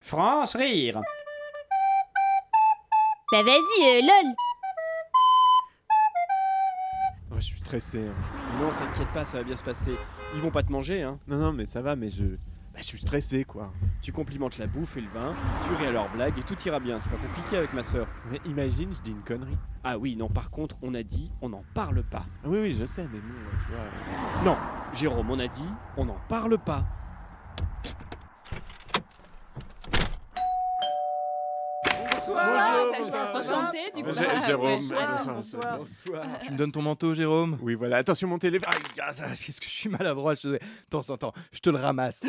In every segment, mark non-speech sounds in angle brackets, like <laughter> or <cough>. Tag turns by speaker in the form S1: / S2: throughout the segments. S1: France rire.
S2: Bah vas-y, euh, lol.
S3: Oh, je suis stressé. hein.
S4: Non, t'inquiète pas, ça va bien se passer. Ils vont pas te manger, hein.
S3: Non, non, mais ça va, mais je. Bah, je suis stressé, quoi.
S4: Tu complimentes la bouffe et le vin, tu ris à leurs blagues et tout ira bien. C'est pas compliqué avec ma sœur.
S3: Mais imagine, je dis une connerie.
S4: Ah oui, non, par contre, on a dit, on n'en parle pas.
S3: Ah Oui, oui, je sais, mais bon, tu vois. euh,
S4: Jérôme, on a dit, on n'en parle pas.
S5: Bonsoir,
S3: Bonjour, bonsoir.
S5: Enchanté, du coup.
S3: J'ai-
S5: Ah,
S3: Jérôme,
S5: wesh.
S3: bonsoir,
S5: Ah,
S3: bonsoir.
S6: Tu me donnes ton manteau, Jérôme
S3: Oui, voilà, attention, mon téléphone.
S6: Aïe, ah, ça, qu'est-ce que je suis maladroit. Je te... Attends, attends, je te le <gasps> ramasse.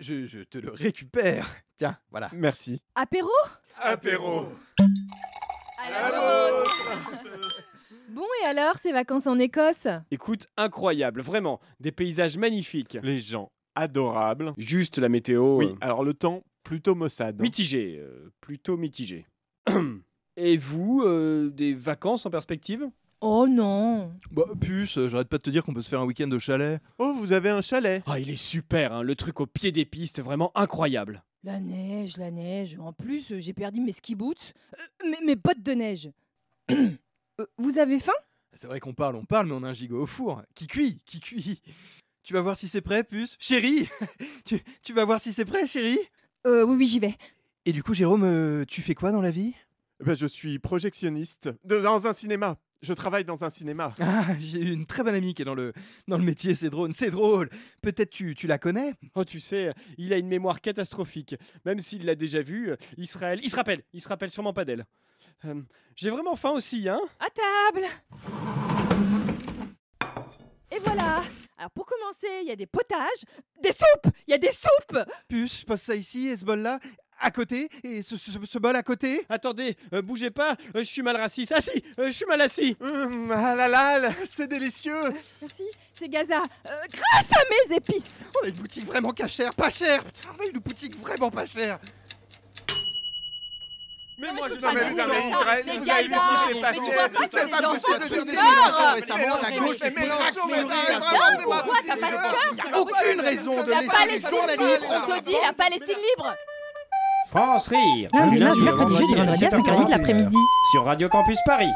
S6: Je, je te le récupère. Tiens, voilà.
S3: Merci.
S5: Apéro
S3: Apéro
S5: À la Bon, et alors, ces vacances en Écosse
S4: Écoute, incroyable, vraiment, des paysages magnifiques.
S3: Les gens adorables.
S4: Juste la météo.
S3: Oui,
S4: euh,
S3: alors le temps, plutôt maussade. hein.
S4: Mitigé, euh, plutôt mitigé. <clears throat> Et vous, euh, des vacances en perspective
S5: Oh non
S6: Bah, puce, euh, j'arrête pas de te dire qu'on peut se faire un week-end au chalet.
S3: Oh, vous avez un chalet
S4: Ah, il est super, hein, le truc au pied des pistes, vraiment incroyable.
S5: La neige, la neige. En plus, euh, j'ai perdu mes ski boots, euh, mes, mes bottes de neige. <clears throat> Euh, Vous avez faim
S6: C'est vrai qu'on parle, on parle, mais on a un gigot au four. Qui cuit Qui cuit Tu vas voir si c'est prêt, puce Chérie <laughs> tu, tu vas voir si c'est prêt, chérie
S5: euh, Oui, oui, j'y vais.
S6: Et du coup, Jérôme, euh, tu fais quoi dans la vie
S3: Bah, Je suis projectionniste de- dans un cinéma. Je travaille dans un cinéma.
S6: Ah, j'ai une très bonne amie qui est dans le, dans le métier, c'est drôle, c'est drôle. Peut-être tu, tu la connais
S4: Oh, tu sais, il a une mémoire catastrophique. Même s'il l'a déjà vu, euh, Israël. Il se rappelle, il se rappelle sûrement pas d'elle. Euh, J'ai vraiment faim aussi, hein
S5: À table Et voilà Alors, pour commencer, il y a des potages, des soupes Il y a des soupes
S6: Puce, je passe ça ici et ce bol-là à côté et ce, ce- ce bol à côté.
S4: Attendez, euh, bougez pas, euh, je suis mal raciste. Ah si, euh, je suis mal assis
S3: Hum, ah là là,
S6: <laughs>
S3: là, c'est délicieux
S5: Merci, c'est Gaza. Euh, grâce à mes épices
S6: On a une boutique Oh, vraiment pas chère, pas chère. Putain, on a une boutique vraiment pas chère.
S3: Mais
S5: Non, mais
S3: moi,
S5: je
S3: je
S5: peux pas dire
S3: savais vous avez
S5: ça.
S3: une graine,
S5: Mais
S3: vous avez vu ce qui s'est
S5: Gaza, mais tu vois pas
S3: passé.
S5: que
S3: C'est
S5: les
S3: pas
S5: enfants
S3: possible de
S5: font
S3: dire
S5: des
S3: des
S5: erreurs.
S3: émissions
S6: Mais non,
S3: récemment. La
S6: mais
S3: gauche
S6: mais
S3: est Mélenchon,
S6: Mélenchon, mais
S3: mais
S6: t'as
S3: vraiment, c'est pas
S5: pourquoi t'as
S3: possible.
S5: pas le
S3: Il y a
S6: aucune raison de
S5: La
S6: laisser les
S5: Palestine
S6: journalistes,
S5: libre, on te dit, la Palestine libre
S1: France rire.
S7: Lundi,
S1: Du
S7: mardi,
S1: au
S7: mercredi, jeudi,
S1: à
S7: vendredi à 5h30 de
S1: 17h41,
S7: l'après-midi.
S1: Sur Radio Campus Paris.